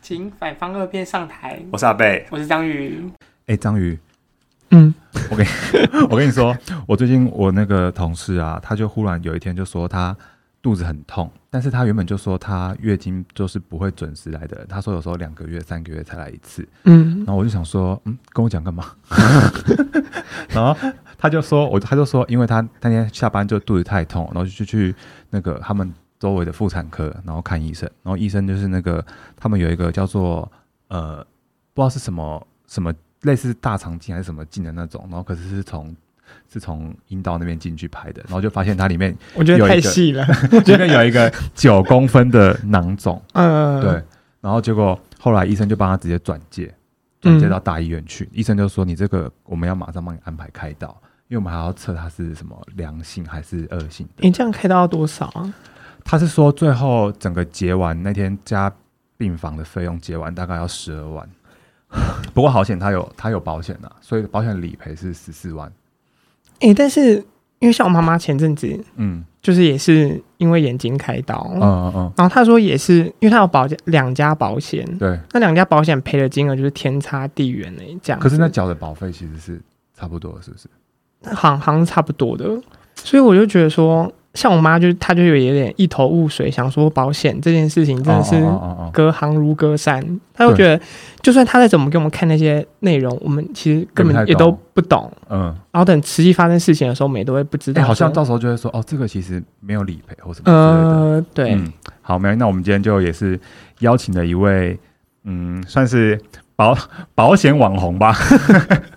请反方二辩上台。我是阿贝。我是章鱼，哎，章鱼，嗯，我跟你 我跟你说，我最近我那个同事啊，他就忽然有一天就说他肚子很痛，但是他原本就说他月经就是不会准时来的，他说有时候两个月、三个月才来一次，嗯，然后我就想说，嗯，跟我讲干嘛？ 然后他就说，我他就说，因为他那天下班就肚子太痛，然后就去那个他们周围的妇产科，然后看医生，然后医生就是那个他们有一个叫做呃，不知道是什么什么类似大肠镜还是什么镜的那种，然后可是是从是从阴道那边进去拍的，然后就发现它里面 我觉得有一太个细 了，里面有一个九公分的囊肿，嗯，对，，然后结果后来医生就帮他直接转介，嗯转介到大医院去。医生就说：“你这个我们要马上帮你安排开刀，因为我们还要测它是什么良性还是恶性的。你这样开刀要多少啊？他是说最后整个结完那天加病房的费用结完大概要十二万，不过好险他有他有保险啊，所以保险理赔是十四万。哎、但是因为像我妈妈前阵子嗯就是也是因为眼睛开刀，嗯嗯嗯，然后她说也是因为她有保两家保险，对。那两家保险赔的金额就是天差地远呢、这样子。可是那缴的保费其实是差不多的，是不是？行行差不多的，所以我就觉得说，像我妈就她就有一点一头雾水，想说保险这件事情真的是哦哦哦哦隔行如隔山，她就觉得就算她再怎么给我们看那些内容，我们其实根也不本太也都懂不懂。哦嗯，然后等实际发生事情的时候，我们也都会不知哎、道说。好像到时候就会说哦，这个其实没有理赔或什么之类的。呃，对，嗯，好，没有，那我们今天就也是邀请了一位，嗯，算是保保险网红吧。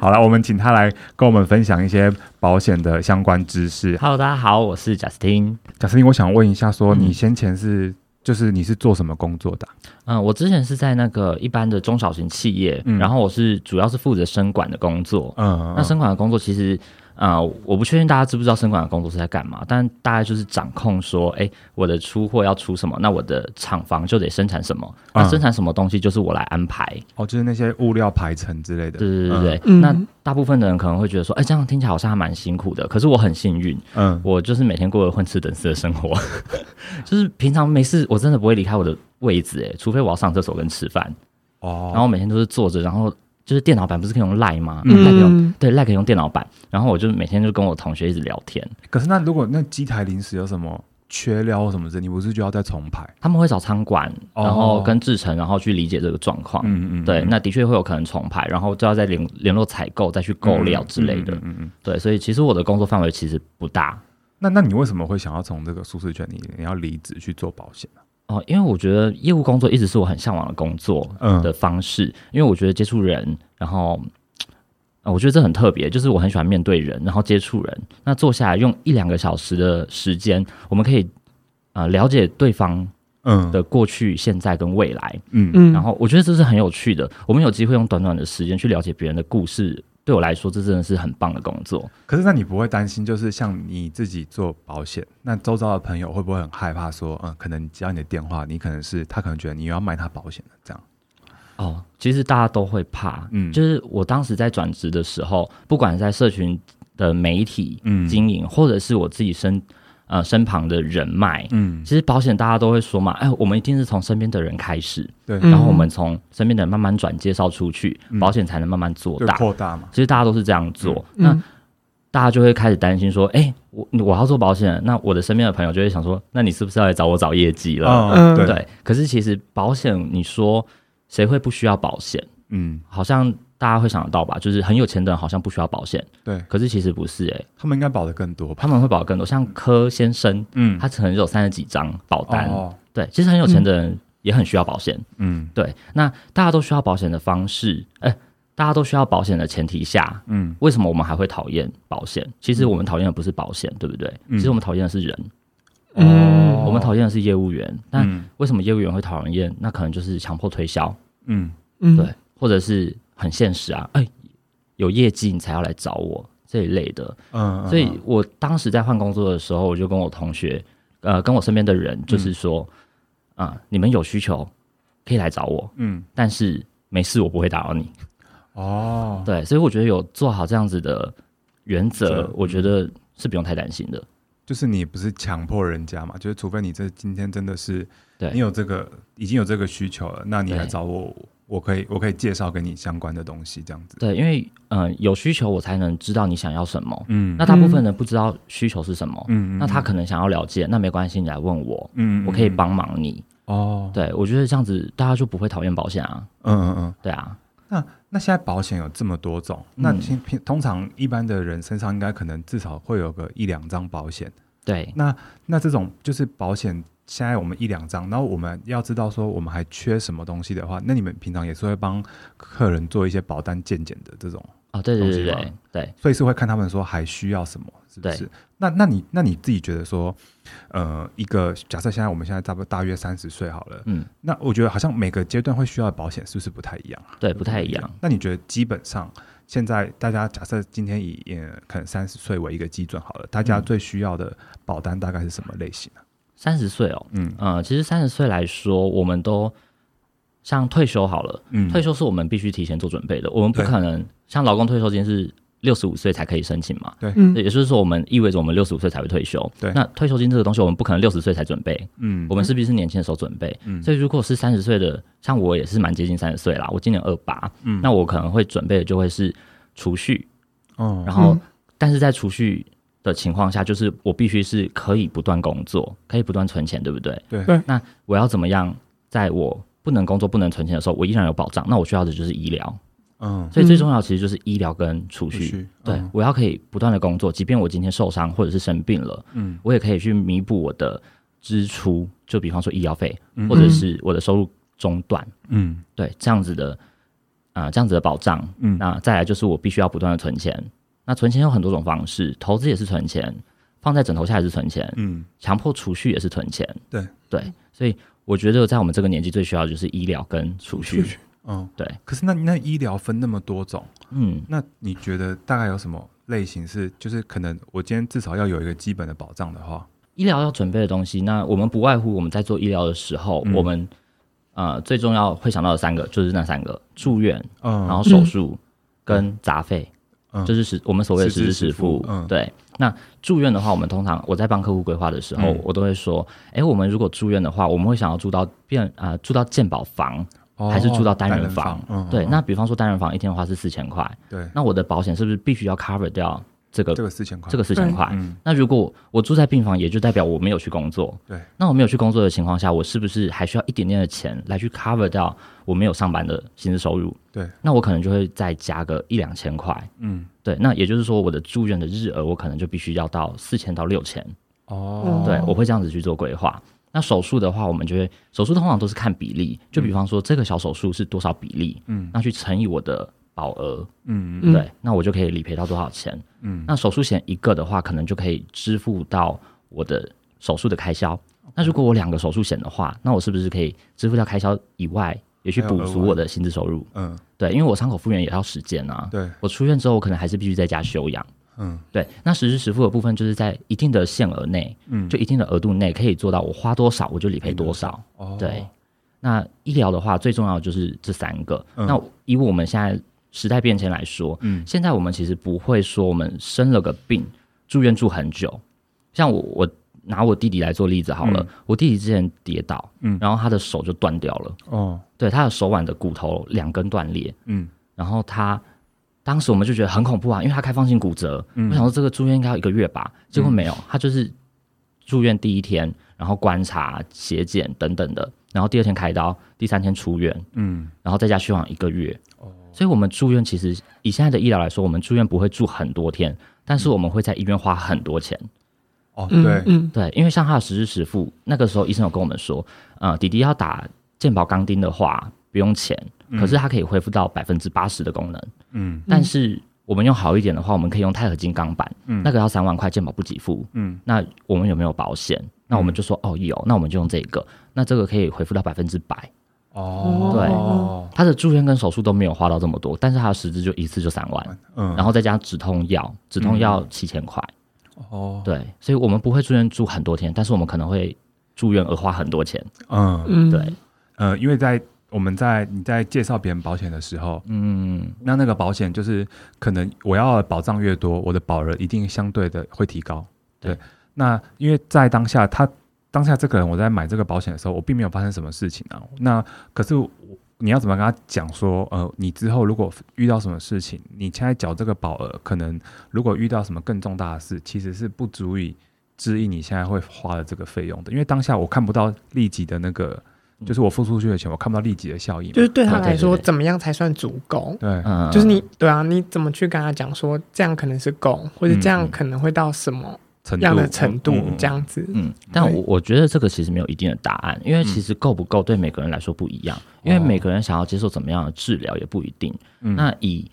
好了，我们请他来跟我们分享一些保险的相关知识。 Hello，大家好，我是 Justin。贾斯汀，我想问一下说嗯你先前是、就是你是做什么工作的啊、嗯，我之前是在那个一般的中小型企业，嗯然后我是主要是负责生管的工作。嗯那生管的工作其实，呃，我不确定大家知不知道生管的工作是在干嘛，但大概就是掌控说，哎、我的出货要出什么，那我的厂房就得生产什么，那嗯生产什么东西就是我来安排。哦，就是那些物料排程之类的。对对对对，嗯那大部分的人可能会觉得说，哎、这样听起来好像还蛮辛苦的，可是我很幸运，嗯，我就是每天过得混吃等死的生活， 就是平常没事，我真的不会离开我的位置，哎，除非我要上厕所跟吃饭，哦，然后每天都是坐着，然后就是电脑版不是可以用赖吗？嗯赖可以用嗯，对赖可以用电脑版，然后我就每天就跟我同学一直聊天，可是那如果那机台临时有什么缺料或什么之类，你不是就要再重排？他们会找仓管，哦然后跟制程，然后去理解这个状况。嗯嗯对，那的确会有可能重排，然后就要再联联络采购，再去购料之类的。嗯嗯嗯嗯嗯嗯对，所以其实我的工作范围其实不大那那你为什么会想要从这个舒适圈里你要离职去做保险呢、哦，因为我觉得业务工作一直是我很向往的工作。嗯的方式，因为我觉得接触人，然后、呃我觉得这很特别，就是我很喜欢面对人，然后接触人。那坐下来用一两个小时的时间，我们可以啊了解对方嗯的过去、现在跟未来，嗯嗯，然后我觉得这是很有趣的。我们有机会用短短的时间去了解别人的故事，对我来说，这真的是很棒的工作。可是那你不会担心，就是像你自己做保险，那周遭的朋友会不会很害怕说，嗯，可能只要你的电话，你可能是他可能觉得你又要卖他保险了这样。哦，其实大家都会怕，嗯就是我当时在转职的时候，不管在社群的媒体嗯经营，或者是我自己身呃身旁的人脉，嗯，其实保险大家都会说嘛，哎，我们一定是从身边的人开始，对，嗯然后我们从身边的人慢慢转介绍出去，嗯保险才能慢慢做就大。扩大嘛。其实大家都是这样做，那嗯，大家就会开始担心说，哎，我我要做保险，那我的身边的朋友就会想说，那你是不是要来找我找业绩了？嗯，嗯对，对，可是其实保险，你说谁会不需要保险？嗯，好像大家会想得到吧，就是很有钱的人好像不需要保险，对可是其实不是、哎，他们应该保的更多吧？他们会保得更多，像柯先生，嗯，他可能有三十几张保单，哦，对，其实很有钱的人也很需要保险。嗯对，那大家都需要保险的方式，哎、大家都需要保险的前提下，嗯为什么我们还会讨厌保险？其实我们讨厌的不是保险，对不对？嗯哦其实我们讨厌的是人，嗯我们讨厌的是业务员。那嗯为什么业务员会讨人厌？那可能就是强迫推销，嗯，嗯对，或者是很现实啊，哎、有业绩你才要来找我这一类的。嗯，所以我当时在换工作的时候，我就跟我同学，呃，跟我身边的人，嗯就是说，啊、你们有需求可以来找我，嗯但是没事，我不会打扰你。哦，对，所以我觉得有做好这样子的原原则则，嗯我觉得是不用太担心的。就是你不是强迫人家嘛，就是除非你这今天真的是对你有这个已经有这个需求了，那你来对找我，我可以我可以介绍给你相关的东西，这样子。对，因为呃有需求我才能知道你想要什么。嗯那大部分人不知道需求是什么，嗯那他可能想要了解，那没关系，你来问我，嗯我可以帮忙你。哦，对我觉得这样子大家就不会讨厌保险啊。嗯嗯嗯。对啊，那那现在保险有这么多种，那嗯平平通常一般的人身上应该可能至少会有个一两张保险。对，那那这种就是保险，现在我们一两张，然后我们要知道说我们还缺什么东西的话，那你们平常也是会帮客人做一些保单健检的这种，哦，对对东西对对吧对对，所以是会看他们说还需要什么，是不是对？那那你那你自己觉得说，呃，一个假设现在我们现在差不多大约三十岁好了，嗯，那我觉得好像每个阶段会需要的保险是不是不太一样？对，不太一样。。那你觉得基本上现在大家假设今天以呃可能三十岁为一个基准好了，大家嗯最需要的保单大概是什么类型呢、啊三十岁哦，嗯呃，其实三十岁来说，我们都像退休好了，嗯退休是我们必须提前做准备的，我们不对可能像劳工退休金是六十五岁才可以申请嘛，嗯也就是说我们意味着我们六十五岁才会退休。对那退休金这个东西我们不可能六十岁才准备，嗯我们势必是年轻的时候准备。嗯所以如果是三十岁的，像我也是蛮接近三十岁啦，我今年二八，嗯那我可能会准备的就会是储蓄，哦然后、嗯但是在储蓄的情况下，就是我必须是可以不断工作，可以不断存钱，对不对？对对那我要怎么样，在我不能工作、不能存钱的时候，我依然有保障？那我需要的就是医疗，嗯，所以最重要其实就是医疗跟储不蓄。需对嗯，我要可以不断的工作，即便我今天受伤或者是生病了，嗯我也可以去弥补我的支出，就比方说医疗费，嗯或者是我的收入中断，嗯对这样子的，啊、这样子的保障。嗯那再来就是我必须要不断的存钱，那存钱有很多种方式，投资也是存钱，放在枕头下也是存钱，嗯强迫储蓄也是存钱。对对，所以我觉得在我们这个年纪最需要的就是医疗跟储蓄。嗯，对，可是那那医疗分那么多种，嗯，那你觉得大概有什么类型是就是可能我今天至少要有一个基本的保障的话，医疗要准备的东西，那我们不外乎我们在做医疗的时候，嗯我们呃最重要会想到的三个就是那三个住院，嗯，然后手术跟杂费，嗯就是实我们所谓的实实支支实实付付。嗯对，那住院的话，我们通常我在帮客户规划的时候，嗯我都会说，哎，我们如果住院的话，我们会想要住到变啊、住到健保房。哦还是住到单人人房嗯，对，嗯那比方说单人房一天的话是四千块，对那我的保险是不是必须要 cover 掉这个这个四千块，这个四千块？嗯那如果我住在病房，也就代表我没有去工作。对，那我没有去工作的情况下，我是不是还需要一点点的钱来去 cover 掉我没有上班的薪资收入？对，那我可能就会再加个一两千块。嗯对，那也就是说，我的住院的日额我可能就必须要到四千到六千。哦，对，我会这样子去做规划。那手术的话，我们就会手术通常都是看比例，就比方说这个小手术是多少比例，嗯那去乘以我的保额，嗯嗯对，那我就可以理赔到多少钱。嗯那手术险一个的话，可能就可以支付到我的手术的开销。那如果我两个手术险的话，那我是不是可以支付掉开销以外，也去还有补额足外我的薪资收入？嗯，对，因为我伤口复原也要时间啊。对，我出院之后，我可能还是必须在家休养。嗯对，那实支实付的部分就是在一定的限额内，嗯，就一定的额度内，可以做到我花多少我就理赔多少。哦对，那医疗的话，最重要的就是这三个。嗯那以我们现在时代变迁来说，嗯现在我们其实不会说我们生了个病住院住很久。像我，我拿我弟弟来做例子好了，嗯我弟弟之前跌倒，嗯然后他的手就断掉了，哦对，他的手腕的骨头两根断裂，嗯然后他当时我们就觉得很恐怖啊，因为他开放性骨折，嗯我想说这个住院应该要一个月吧，结果没有，他就是住院第一天，然后观察、血检等等的，然后第二天开刀，第三天出院，嗯然后在家休养一个月。哦所以我们住院其实以现在的医疗来说，我们住院不会住很多天，但嗯是我们会在医院花很多钱。哦嗯对，嗯对，因为像他的实支实付，那个时候医生有跟我们说，呃，弟弟要打健保钢钉的话不用钱，可是它可以恢复到百分之八十的功能。嗯但是我们用好一点的话，我们可以用钛合金钢板，嗯那个要三万块，健保不给付。嗯那我们有没有保险？那我们就说、哦有，那我们就用这个，那这个可以回复到百分之百。哦他的住院跟手术都没有花到这么多，但是他的实质就一次就三万，对，嗯然后再加止痛药，止痛药七千块。哦对，所以我们不会住院住很多天，但是我们可能会住院而花很多钱。嗯嗯，对，呃，因为在我们在你在介绍别人保险的时候，嗯，那那个保险就是可能我要的保障越多，我的保额一定相对的会提高。对，对那因为在当下，他当下这个人我在买这个保险的时候，我并没有发生什么事情啊。那可是我你要怎么跟他讲说，呃，你之后如果遇到什么事情，你现在缴这个保额，可能如果遇到什么更重大的事，其实是不足以支应你现在会花的这个费用的，因为当下我看不到立即的那个，就是我付出去的钱，我看不到立即的效益嘛。就是对他对对来说，对怎么样才算足够？对，嗯，就是你对啊，你怎么去跟他讲说这样可能是够，或者嗯这样嗯可能会到什么程样的程度嗯嗯嗯这样子？嗯，但对我我觉得这个其实没有一定的答案，因为其实够不够对每个人来说不一样，因为哦每个人想要接受怎么样的治疗也不一定。嗯那以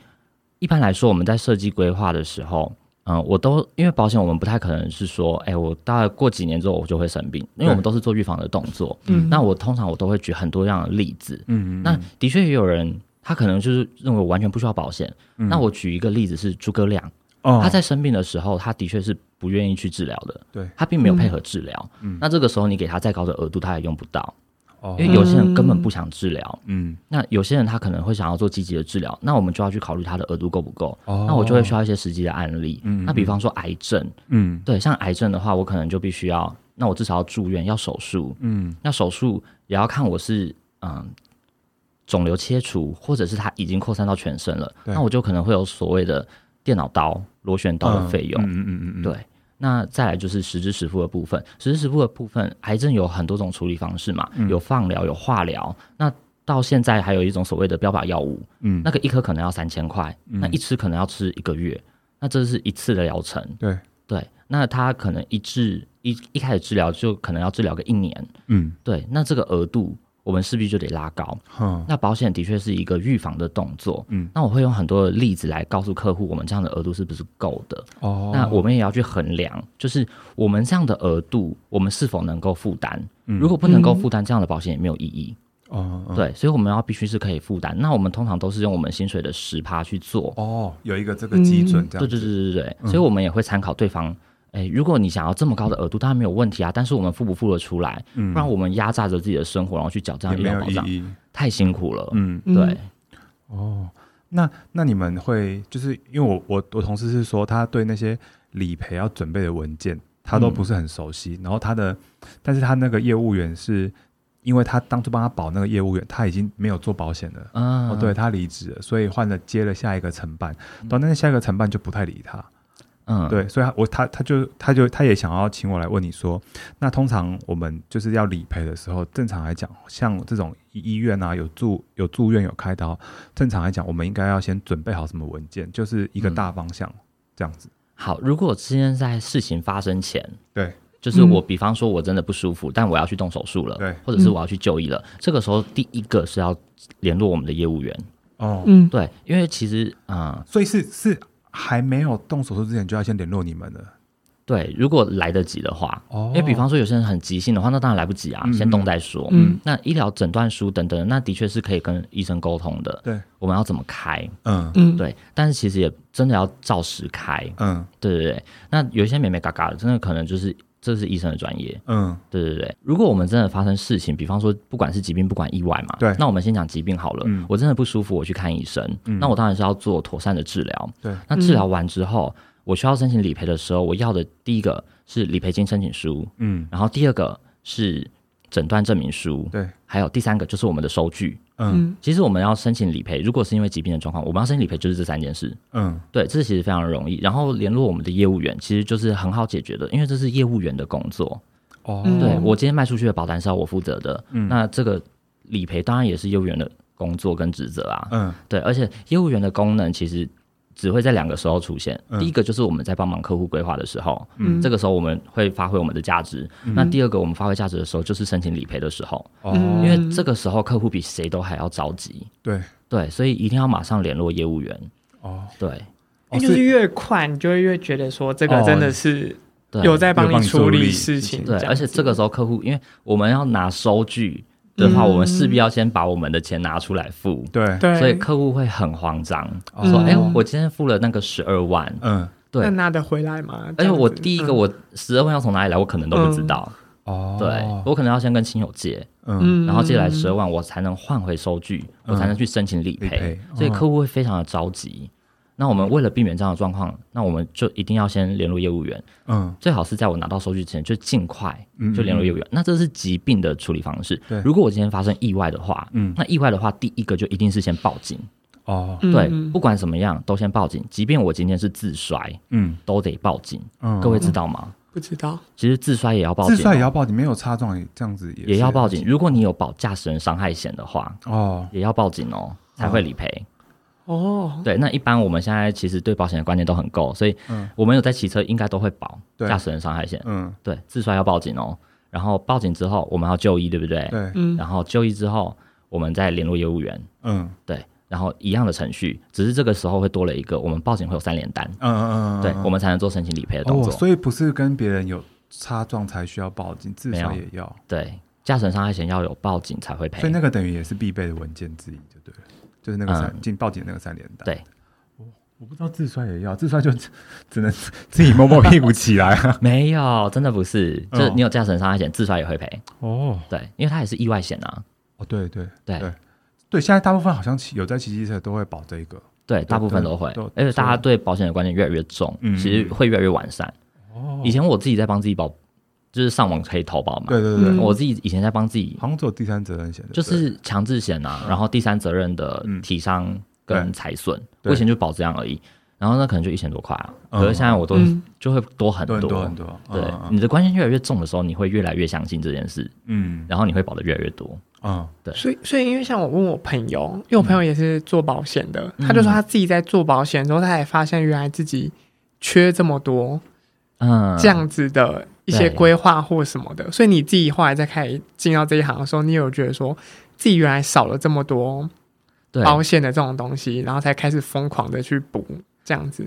一般来说，我们在设计规划的时候，嗯、我都因为保险，我们不太可能是说，哎、我大概过几年之后我就会生病，因为我们都是做预防的动作。嗯那我通常我都会举很多样的例子，嗯嗯，那的确也有人。他可能就是认为我完全不需要保险。嗯那我举一个例子是诸葛亮，哦他在生病的时候，他的确是不愿意去治疗的，对他并没有配合治疗。嗯那这个时候你给他再高的额度，他也用不到，哦因为有些人根本不想治疗。嗯那有些人他可能会想要做积极的治疗，那我们就要去考虑他的额度够不够。哦，那我就会需要一些实际的案例。嗯那比方说癌症，嗯对，像癌症的话，我可能就必须要，那我至少要住院，要手术。嗯那手术也要看我是嗯肿瘤切除，或者是它已经扩散到全身了，对那我就可能会有所谓的电脑刀、螺旋刀的费用。嗯嗯嗯嗯，对，那再来就是实支实付的部分，实支实付的部分，癌症有很多种处理方式嘛，嗯有放疗，有化疗，那。到现在还有一种所谓的标靶药物，嗯那个一颗可能要三千块，那一吃可能要吃一个月，那这是一次的疗程。对，对，那他可能一治一一开始治疗就可能要治疗个一年，嗯对，那这个额度我们势必就得拉高。哼那保险的确是一个预防的动作，嗯那我会用很多的例子来告诉客户，我们这样的额度是不是够的？哦，那我们也要去衡量，就是我们这样的额度，我们是否能够负担？嗯如果不能够负担，这样的保险也没有意义。哦嗯对，所以我们要必须是可以负担。那我们通常都是用我们薪水的十趴去做。哦，有一个这个基准这样子，嗯嗯对对对对对，所以我们也会参考对方。哎，如果你想要这么高的额度，当然没有问题啊，但是我们付不付得出来？嗯不然我们压榨着自己的生活，然后去缴这样也医没疗有保障，意义。太辛苦了。嗯，嗯对，哦，那那你们会就是因为我我我同事是说他对那些理赔要准备的文件他都不嗯是很熟悉，然后他的但是他那个业务员是因为他当初帮他保那个业务员他已经没有做保险了。嗯，哦，对，他离职了，所以换了接了下一个承办，但那下一个承办就不太理他，嗯，对，所以他我他他就他就他也想要请我来问你说，那通常我们就是要理赔的时候，正常来讲，像这种医医院啊，有住有住院有开刀，正常来讲，我们应该要先准备好什么文件，就是一个嗯大方向、这样子。好，如果今天在事情发生前，对，就是嗯我，比方说我真的不舒服，但我要去动手术了，对或者嗯是我要去就医了，这个时候第一个是要联络我们的业务员，哦，嗯，对，因为其实啊、所以是是还没有动手术之前就要先联络你们了。对，如果来得及的话，哦因为比方说有些人很急性的话，那当然来不及啊，嗯先动再说。嗯，那医疗诊断书等等，那的确是可以跟医生沟通的。对，我们要怎么开？嗯嗯，对，但是其实也真的要照实开。嗯对对对，那有一些美美嘎嘎的，真的可能就是这是医生的专业。嗯，对对对，如果我们真的发生事情，比方说不管是疾病，不管意外嘛，对那我们先讲疾病好了。嗯我真的不舒服，我去看医生，那我当然是要做妥善的治疗。对，那治疗完之后，我需要申请理赔的时候，我要的第一个是理赔金申请书，嗯然后第二个是诊断证明书，对，还有第三个就是我们的收据。嗯其实我们要申请理赔，如果是因为疾病的状况，我们要申请理赔就是这三件事。嗯对，这其实非常容易。然后联络我们的业务员，其实就是很好解决的，因为这是业务员的工作。哦，嗯嗯对我今天卖出去的保单是要我负责的，那这个理赔当然也是业务员的工作跟职责啊。嗯对，而且业务员的功能其实只会在两个时候出现，第一个就是我们在帮忙客户规划的时候，嗯这个时候我们会发挥我们的价值。那第二个我们发挥价值的时候，就是申请理赔的时候，哦，因为这个时候客户比谁都还要着急。对，对，所以一定要马上联络业务员。哦，对因为就是越快，你就会越觉得说这哦个真的是对，有在帮有帮你你处处理理事事情情，对，样而且子这个时候客户，因为我们要拿收据的话，嗯我们势必要先把我们的钱拿出来付，对，对，所以客户会很慌张，哦说：“嗯哎、我今天付了那个十二万，嗯那对，拿得回来吗？而这且样子嗯我第一个，我十二万要从哪里来，我可能都不知道，哦，对我可能要先跟亲友借，嗯然后借来十二嗯万，我才能换回收据，我才能去申请理理赔赔，所以客户会非常的着急。那我们为了避免这样的状况，那我们就一定要先联络业务员，嗯最好是在我拿到收据之前就尽快嗯就联络业务员。那这是疾病的处理方式对。如果我今天发生意外的话，嗯那意外的话，第一个就一定是先报警。哦对嗯，不管怎么样都先报警，即便我今天是自摔，嗯都得报警。嗯，各位知道吗？不知道，其实自摔也要报警自哦，摔也要报警，没有擦撞也这样子也也是要报警。如果你有保驾驶人伤害险的话，哦，也要报警哦，才会理赔。哦，对，那一般我们现在其实对保险的观念都很够，所以嗯我们有在骑车应该都会保对驾驶人伤害险。嗯对，自摔要报警哦。然后报警之后，我们要就医，对不对？对嗯，然后就医之后，我们再联络业务员。嗯对，然后一样的程序，只是这个时候会多了一个，我们报警会有三连单，嗯嗯嗯，对嗯我们才能做申请理赔的动哦，作。所以不是跟别人有擦撞才需要报警，自摔没有也要，对，驾驶人伤害险要有报警才会赔所以。那个等于也是必备的文件之一，就对了，就是那个三嗯进报警那个三连单。对我，我不知道自摔也要，自摔就 只能自己摸摸屁股起来啊。没有，真的不是，嗯就你有驾驶人伤害险，自摔也会赔。哦对，因为它也是意外险啊。哦，对对对对对，现在大部分好像骑有在骑机车都会保这一个。对，大部分都会都都，而且大家对保险的观念越来越重，嗯其实会越来越完善。哦以前我自己在帮自己保，就是上网可以投保嘛。对对对对，嗯我自己以前在帮自己，好像只有第三责任险，对不对嗯就是强制险啊，然后第三责任的体伤跟财损，对我以前就保这样而已。然后那可能就一千多块啊，嗯可是现在我都嗯就会多很对很多多很。多。对嗯，嗯你的观念越来越重的时候，你会越来越相信这件事，嗯然后你会保的越来越多。嗯所以，所以因为像我问我朋友，因为我朋友也是做保险的，嗯他就说他自己在做保险的时候，他也发现原来自己缺这么多嗯，这样子的一些对规划或什么的。所以你自己后来再开始进到这一行的时候，你有觉得说自己原来少了这么多对，保险的这种东西，然后才开始疯狂的去补这样子。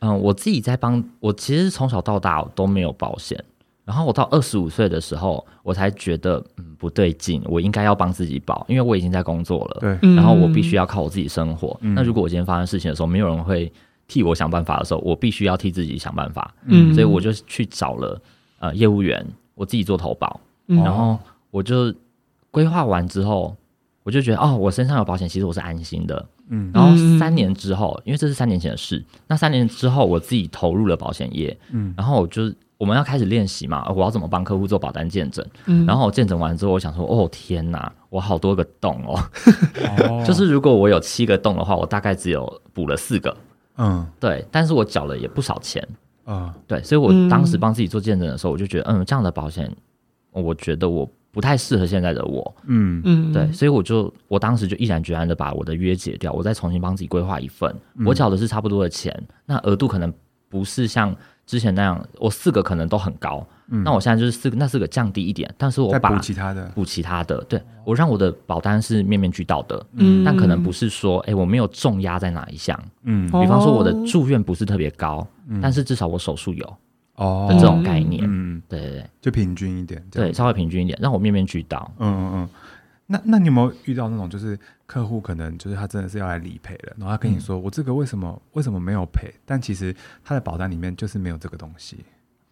嗯，我自己在帮我，其实从小到大我都没有保险，然后我到二十五岁的时候，我才觉得嗯不对劲，我应该要帮自己保，因为我已经在工作了，对嗯然后我必须要靠我自己生活。嗯那如果我今天发生事情的时候，没有人会替我想办法的时候，我必须要替自己想办法，嗯所以我就去找了呃业务员，我自己做投保，嗯然哦后我就规划完之后，我就觉得哦，我身上有保险，其实我是安心的。嗯然后三年之后，因为这是三年前的事，那三年之后我自己投入了保险业，嗯然后我就我们要开始练习嘛，我要怎么帮客户做保单鉴证？嗯然后我鉴证完之后，我想说，哦天哪，我好多个洞哦，哦就是如果我有七个洞的话，我大概只有补了四个，嗯对，但是我缴了也不少钱，啊对，所以我嗯当时帮自己做鉴证的时候，我就觉得，嗯，这样的保险，我觉得我不太适合现在的我，嗯嗯对，所以我就我当时就毅然决然的把我的约解掉，我再重新帮自己规划一份。嗯我缴的是差不多的钱，那额度可能不是像之前那样，我四个可能都很高，那我现在就是四个那四个降低一点，但是我嗯再补把其他的补其他的，对我让我的保单是面面俱到的，嗯但可能不是说，哎、我没有重压在哪一项，嗯哦比方说我的住院不是特别高，但是至少我手术有哦的这种概念，嗯对对对就平均一点这样对，稍微平均一点，让我面面俱到。嗯嗯嗯。那那你有没有遇到那种就是客户可能就是他真的是要来理赔了，然后他跟嗯你说、我这个为什么为什么没有赔？但其实他的保单里面就是没有这个东西。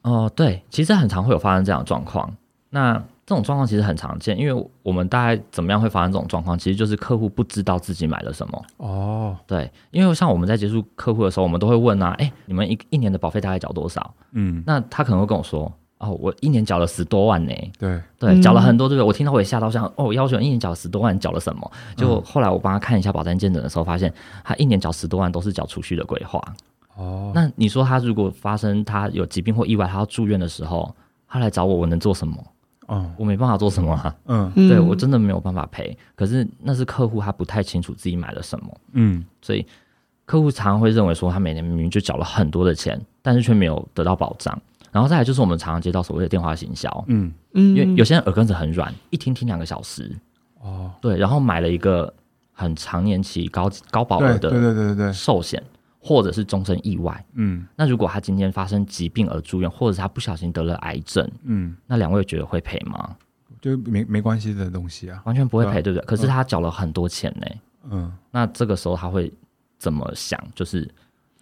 哦，对，其实很常会有发生这样的状况。那这种状况其实很常见，因为我们大概怎么样会发生这种状况，其实就是客户不知道自己买了什么。哦，对，因为像我们在接触客户的时候，我们都会问啊，哎，你们一一年的保费大概缴多少？嗯，那他可能会跟我说，哦，我一年缴了十多万呢。对，对，嗯缴了很多，对不对？我听到我也吓到，想哦，要求一年缴十多万，缴了什么？就嗯后来我帮他看一下保单见证的时候，发现他一年缴十多万都是缴储蓄的规划。哦，那你说他如果发生他有疾病或意外，他要住院的时候，他来找我，我能做什么？嗯我没办法做什么啊！嗯嗯 对我真的没有办法赔。可是那是客户他不太清楚自己买了什么，嗯，所以客户常常会认为说他每年明明就缴了很多的钱，但是却没有得到保障。然后再来就是我们常常接到所谓的电话行销，嗯，嗯因为有些人耳根子很软，一听听两个小时，哦，对，然后买了一个很长年期高高保对额对的对对对对，寿险，或者是终身意外。嗯那如果他今天发生疾病而住院，或者是他不小心得了癌症，嗯，那两位觉得会赔吗？就没没关系的东西啊，完全不会对啊赔，对不对？可是他缴了很多钱呢、嗯，那这个时候他会怎么想？就是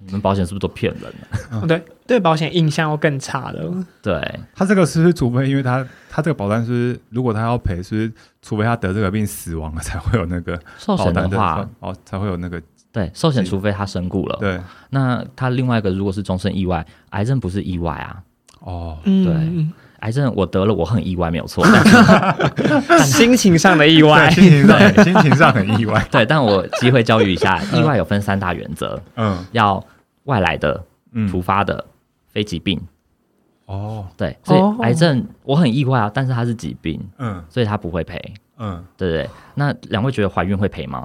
你们保险是不是都骗人了？ 哦对对保险印象又更差了。对，他这个是不是除非因为他他这个保单是不是如果他要赔，是不是除非他得这个病死亡了才会有那个寿险保单的话，哦才会有那个对，寿险除非他身故了，对，那他另外一个如果是终身意外，癌症不是意外啊，哦，嗯，癌症我得了，我很意外没有错， 但是对，心情上的意外 对，，心情 上心情上很意外，对，但我机会教育一 下，意外有分三大原则，嗯要外来的、突嗯，发的、非疾病。哦，对，所哦以癌症我很意外啊，但是它是疾病，嗯所以它不会赔，嗯，对不对？那两位觉得怀孕会赔吗？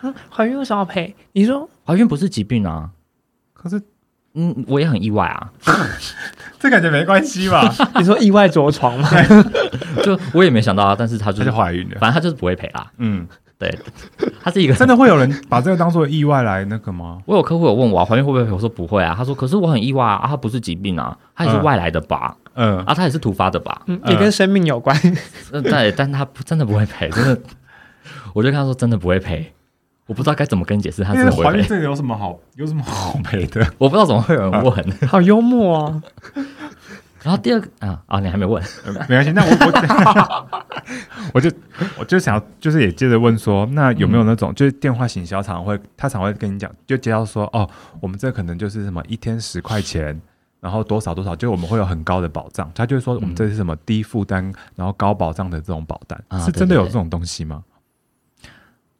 啊怀孕为什么要赔？你说怀孕不是疾病啊，可是嗯，我也很意外啊， 这感觉没关系 吧？你说意外着床吗？就我也没想到啊，但是它就他是就，怀孕了，反正它就是不会赔啦。嗯，对，它是一个真的会有人把这个当做意外来那个吗？ 我有客户有问我、啊、怀孕会不会赔，我说不会啊，他说可是我很意外啊，啊它不是疾病啊，它也是嗯外来的吧，嗯，啊，它也是突发的吧，嗯，也跟生命有关。那对，呃但他不真的不会赔，真的，我就跟他说真的不会赔，我不知道该怎么跟你解释他因真为的不怀会孕赔，这个有什么好有什么好赔的？我不知道怎么会有人问。好幽默哦！然后第二个啊啊，你还没问，呃没关系，那我我 我就我就想要就是也接着问说，那有没有那种、就是电话行销常会他常会跟你讲，就接到说哦，我们这可能就是什么一天十块钱，然后多少多少，就我们会有很高的保障，他就会说我们这是什么低负担，然后高保障的这种保单，啊是真的对对有对这种东西吗？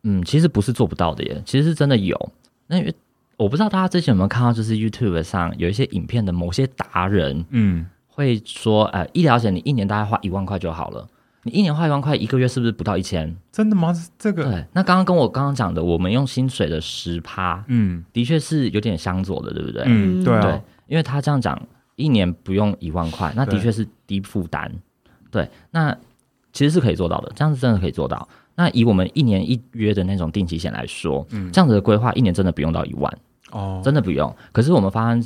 嗯，其实不是做不到的耶，其实是真的有。那因为我不知道大家之前有没有看到，就是 YouTube 上有一些影片的某些达人嗯，会说，呃，医疗险你一年大概花一万块就好了，你一年花一万块，一个月是不是不到一千？真的吗？是这个，对，那刚刚跟我刚刚讲的，我们用薪水的十趴，嗯的确是有点相左的，对不对？嗯，嗯对对啊，，因为他这样讲，一年不用一万块，那的对确是低负担。对，那其实是可以做到的，这样子真的可以做到。那以我们一年一约的那种定期险来说，嗯这样子的规划，一年真的不用到一万，哦，真的不用。可是我们发生，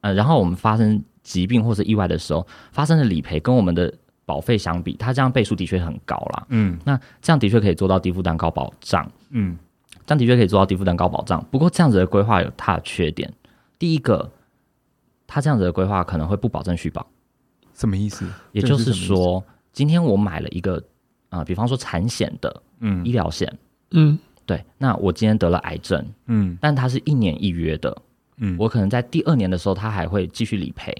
呃，然后我们发生疾病或是意外的时候，发生的理赔跟我们的保费相比，它这样倍数的确很高啦。嗯那这样的确可以做到低负担高保障。嗯这样的确可以做到低负担高保障。不过这样子的规划有它的缺点，第一个，它这样子的规划可能会不保证续保，什么意思？也就这是是什么意思，说，今天我买了一个啊、呃比方说产险的医嗯疗险，嗯，对，那我今天得了癌症，嗯但它是一年一约的，嗯，我可能在第二年的时候它还会继续理赔，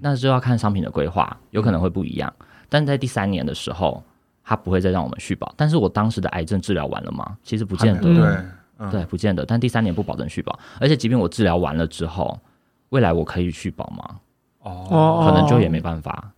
那就要看商品的规划，有可能会不一样。但在第三年的时候，它不会再让我们续保。但是我当时的癌症治疗完了吗？其实不见还得，没有嗯对，嗯对，不见得。但第三年不保证续保，而且即便我治疗完了之后，未来我可以续保吗？哦，可能就也没办法。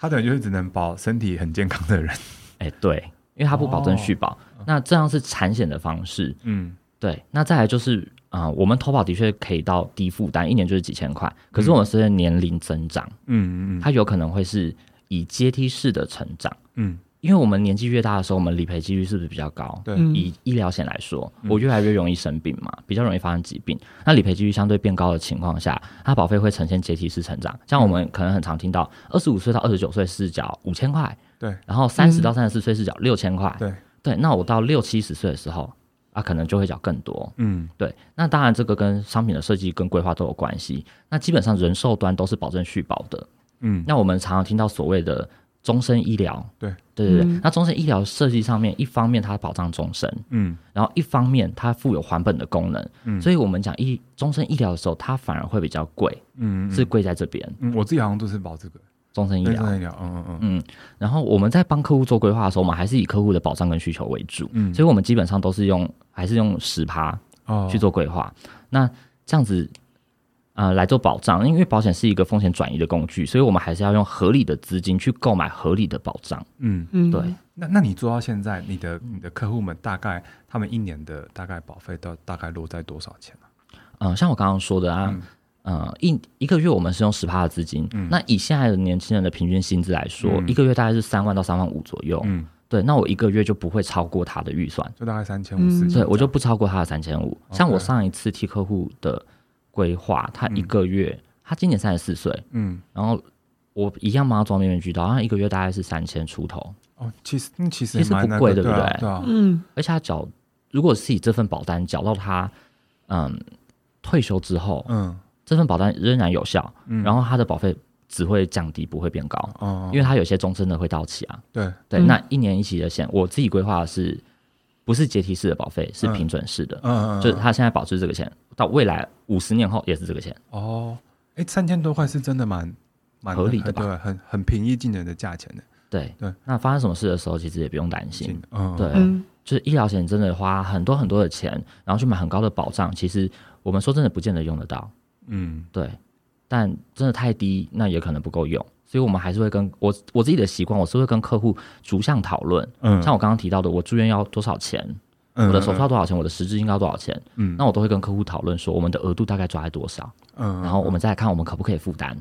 他等于就是只能保身体很健康的人，哎、对，因为它不保证续保。哦那这样是产险的方式，嗯对。那再来就是啊、呃我们投保的确可以到低负担，一年就是几千块。可是我们随着年龄增长，嗯嗯它有可能会是以阶梯式的成长，嗯，因为我们年纪越大的时候，我们理赔几率是不是比较高？对嗯以医疗险来说，嗯我越来越容易生病嘛，比较容易发生疾病。那理赔几率相对变高的情况下，它保费会呈现阶梯式成长。像我嗯们可能很常听到，二十五岁到二十九岁是缴五千块，对，然后三十到三十四岁是缴六千块，对对。那我到六七十岁的时候啊，可能就会缴更多。嗯对，那当然这个跟商品的设计跟规划都有关系。那基本上人寿端都是保证续保的，嗯那我们常常听到所谓的终身医疗，对对对对。嗯那终身医疗设计上面，一方面它保障终身，嗯然后一方面它富有还本的功能，嗯所以我们讲医终身医疗的时候，它反而会比较贵，嗯，是贵在这边、嗯，我自己好像都是保这个终身医认真疗。来聊，嗯嗯嗯嗯，然后我们在帮客户做规划的时候，我们还是以客户的保障跟需求为主，嗯，所以我们基本上都是用还是用十趴哦去做规划。那这样子。呃，来做保障，因为保险是一个风险转移的工具，所以我们还是要用合理的资金去购买合理的保障。嗯，嗯，对，那那你做到现在，你的你的客户们大概他们一年的大概保费都大概落在多少钱啊？嗯，像我刚刚说的啊，嗯呃，一一个月我们是用十趴的资金，那以现在的年轻人的平均薪资来说，嗯一个月大概是三万到三万五左右。嗯，对，那我一个月就不会超过他的预算，就大概三千五嗯四对千，我就不超过他的三千五。像我 OK 上一次替客户的规划，他一个月，他今年三十四岁，嗯然后我一样帮他装面面俱到，他一个月大概是三千出头，哦，其实嗯其实其实也蛮不那贵个对不啊对对啊，嗯，而且他缴，如果是以这份保单缴到他，嗯，退休之后，嗯这份保单仍然有效，嗯，然后它的保费只会降低，不会变高，哦，因为它有些终身的会到期啊。对，对，嗯那一年一期的险，我自己规划的是不是阶梯式的保费，是平准式的，嗯，就是他现在保持这个钱，到未来五十年后也是这个钱。哦，哎，三千多块是真的蛮蛮合理的吧对，很很平易近人的价钱的。对对那发生什么事的时候，其实也不用担心。嗯，对，哦嗯，就是医疗险真的花很多很多的钱，然后去买很高的保障，其实我们说真的不见得用得到。嗯，对，但真的太低，那也可能不够用，所以我们还是会跟我我自己的习惯，我是会跟客户逐项讨论。嗯，像我刚刚提到的，我住院要多少钱，我我的手术要多少钱，我的实质应该要多少钱，嗯，那我都会跟客户讨论说我们的额度大概抓在多少，嗯，然后我们再来看我们可不可以负担。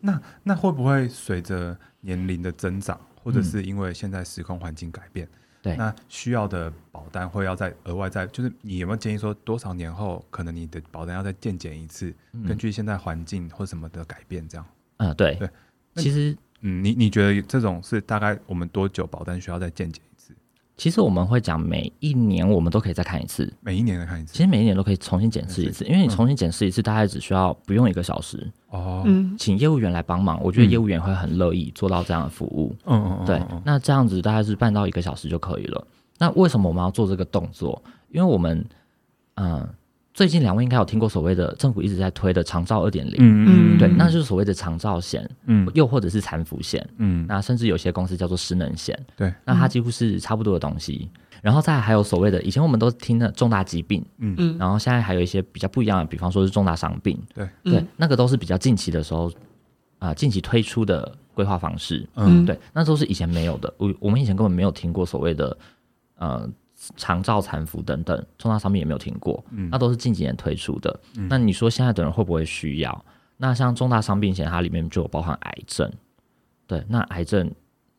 那那会不会随着年龄的增长，或者嗯是因为现在时空环境改变，对那需要的保单会要再额外再，就是你有没有建议说多少年后可能你的保单要再健检一次，根据现在环境或什么的改变这样？嗯，对，对那其实嗯，你你觉得这种是大概我们多久保单需要再健检一次？其实我们会讲每一年我们都可以再看一次，每一年再看一其次？实每一年都可以重新检视一次，因为嗯你重新检视一次大概只需要不用一个小时，哦，嗯嗯，请业务员来帮忙，我觉得嗯业务员会很乐意做到这样的服务。嗯嗯，对嗯，那这样子大概是半到一个小时就可以了。那为什么我们要做这个动作？因为我们，嗯、最近两位应该有听过所谓的政府一直在推的长照二点零，嗯对，嗯那就是所谓的长照险，嗯又或者是残服险，嗯那甚至有些公司叫做失能险，对，那它几乎是差不多的东西。然后再来还有所谓的，以前我们都听的重大疾病，嗯嗯然后现在还有一些比较不一样的，比方说是重大伤病，对对嗯，那个都是比较近期的时候，啊、近期推出的规划方式。嗯嗯对，那都是以前没有的。我我们以前根本没有听过所谓的呃长照残服等等，重大伤病也没有听过，嗯那都是近几年推出的。嗯那你说现在的人会不会需要？那像重大伤病险，它里面就有包含癌症。对，那癌症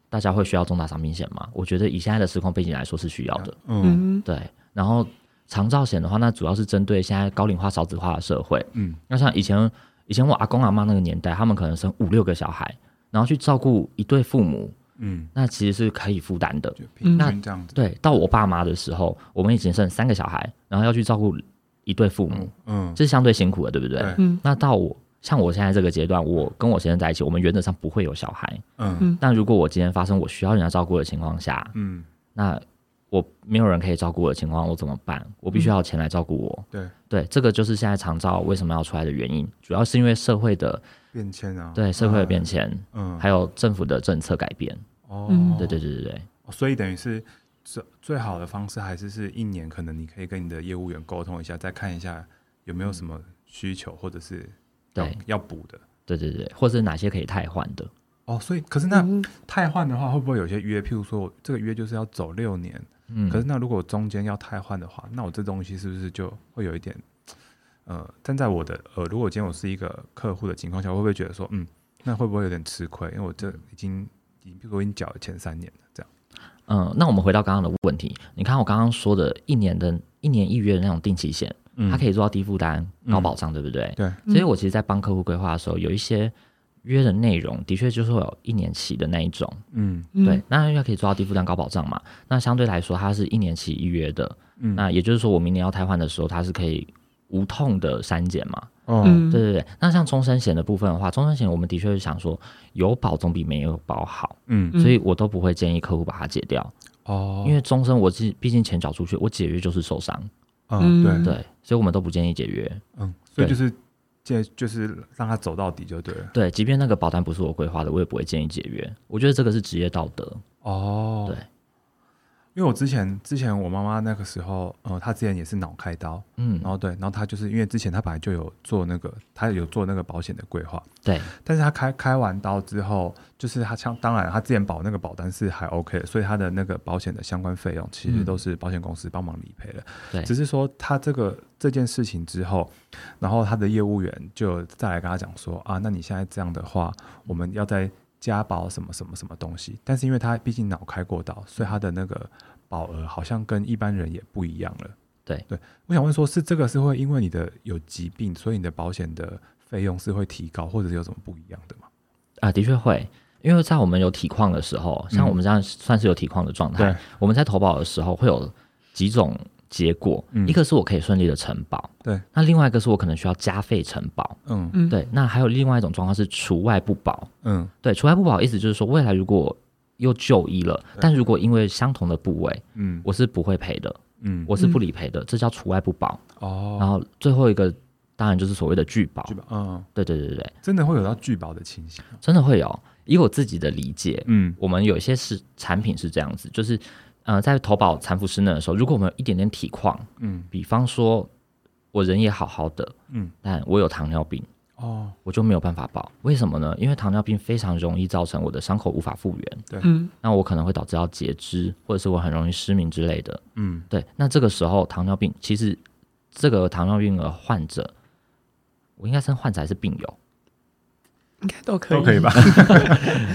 大家会需要重大伤病险吗？我觉得以现在的时空背景来说是需要的。嗯嗯对，然后长照险的话，那主要是针对现在高龄化、少子化的社会。嗯那像以前以前我阿公阿妈那个年代，他们可能生五六个小孩，然后去照顾一对父母，嗯，那其实是可以负担的。就平那均这样子，嗯对，到我爸妈的时候，我们已经剩三个小孩，然后要去照顾一对父母，嗯这是相对辛苦的，对不对？对嗯那到我像我现在这个阶段，我跟我先生在一起，我们原则上不会有小孩。嗯那如果我今天发生我需要人家照顾的情况下，嗯，那我没有人可以照顾我的情况，我怎么办？我必须要有钱来照顾我。对，对，这个就是现在长照为什么要出来的原因，主要是因为社会的变迁啊，对社会的变迁，嗯，嗯还有政府的政策改变。哦，嗯对对对对对，哦所以等于是最最好的方式还是是一年，可能你可以跟你的业务员沟通一下，再看一下有没有什么需求或者是要嗯对要补的。对对对，或是哪些可以汰换的？哦，所以可是嗯那嗯汰换的话，会不会有些约？譬如说，我这个约就是要走六年，嗯，可是那如果中间要汰换的话，那我这东西是不是就会有一点？呃，站在我的呃，如果今天我是一个客户的情况下，会不会觉得说，嗯，那会不会有点吃亏？因为我这已经已经，譬如我已经缴了前三年了，这样。嗯，那我们回到刚刚的问题，你看我刚刚说的一年的一年一约的那种定期险，嗯它可以做到低负担、嗯高保障，对不对？对，嗯所以我其实，在帮客户规划的时候，有一些约的内容，的确就是会有一年期的那一种。嗯对，，那因为可以做到低负担、高保障嘛，那相对来说，它是一年期一约的。嗯那也就是说，我明年要汰换的时候，它是可以无痛的删减嘛？哦嗯对对对。那像终身险的部分的话，终身险我们的确是想说，有保总比没有保好，嗯嗯所以我都不会建议客户把它解掉。哦，因为终身我是毕竟钱缴出去，我解约就是受伤，嗯，对嗯对，所以我们都不建议解约。嗯，所以就对是这就是让他走到底就对了。对，即便那个保单不是我规划的，我也不会建议解约。我觉得这个是职业道德。哦对，因为我之前之前我妈妈那个时候，呃，她之前也是脑开刀，嗯然，后对，然后她就是因为之前她本来就有做那个，她有做那个保险的规划，对，但是她开开完刀之后，就是她像当然她之前保那个保单是还 OK 的，所以她的那个保险的相关费用其实嗯都是保险公司帮忙理赔的，对只是说她这个这件事情之后，然后她的业务员就再来跟她讲说啊，那你现在这样的话，我们要再加保什么什么什么东西，但是因为她毕竟脑开过刀，所以她的那个保额好像跟一般人也不一样了。对对，我想问说，是这个是会因为你的有疾病，所以你的保险的费用是会提高，或者是有什么不一样的吗？啊、的确会，因为在我们有体况的时候，像我们这样算是有体况的状态，对我们在投保的时候会有几种结果，嗯一个是我可以顺利的承保，对，那另外一个是我可能需要加费承保，嗯嗯，对，那还有另外一种状况是除外不保，嗯对，除外不保意思就是说未来如果又就医了，但如果因为相同的部位，嗯我是不会赔的。嗯，我是不理赔的，这叫除外不保。然哦，后最后一个当然就是所谓的拒保拒，保，嗯，对对对对对，真的会有到拒保的情形，啊真的会有。以我自己的理解，嗯我们有一些是产品是这样子，就是呃，在投保产妇失能的时候，如果我们有一点点体况，嗯比方说我人也好好的，嗯，但我有糖尿病，哦，我就没有办法保。为什么呢？因为糖尿病非常容易造成我的伤口无法复原，嗯那我可能会导致到截肢，或者是我很容易失明之类的。嗯对，那这个时候糖尿病其实这个糖尿病的患者，我应该称患者还是病友？应该都可以，都可以吧？？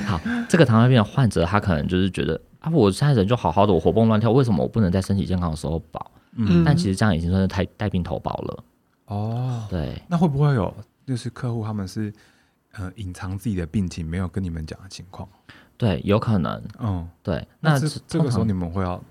好，这个糖尿病的患者他可能就是觉得啊，我现在人就好好的，我活蹦乱跳，为什么我不能在身体健康的时候保？嗯但其实这样已经算是带带病投保了。哦，对，那会不会有就是客户他们是呃隐藏自己的病情，没有跟你们讲的情况？对，有可能。嗯，对，那这是这个时候通常你们会要，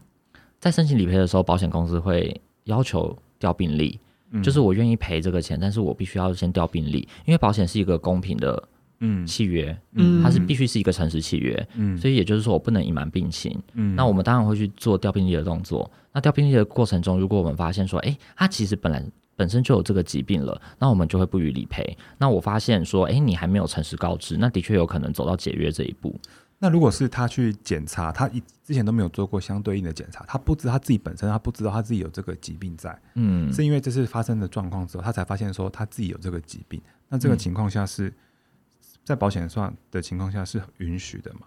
在申请理赔的时候，保险公司会要求调病历，嗯就是我愿意赔这个钱，但是我必须要先调病历，因为保险是一个公平的嗯契约，嗯它是必须是一个诚实契约，嗯所以也就是说我不能隐瞒病情。嗯那我们当然会去做调病历的动作。那调病历的过程中，如果我们发现说，诶，他其实本来本身就有这个疾病了，那我们就会不予理赔。那我发现说，诶，你还没有诚实告知，那的确有可能走到解约这一步。那如果是他去检查，他一之前都没有做过相对应的检查，他不知道他自己本身，他不知道他自己有这个疾病在，嗯，是因为这次发生的状况之后，他才发现说他自己有这个疾病。那这个嗯情况下是、在保险上的情况下是允许的嘛？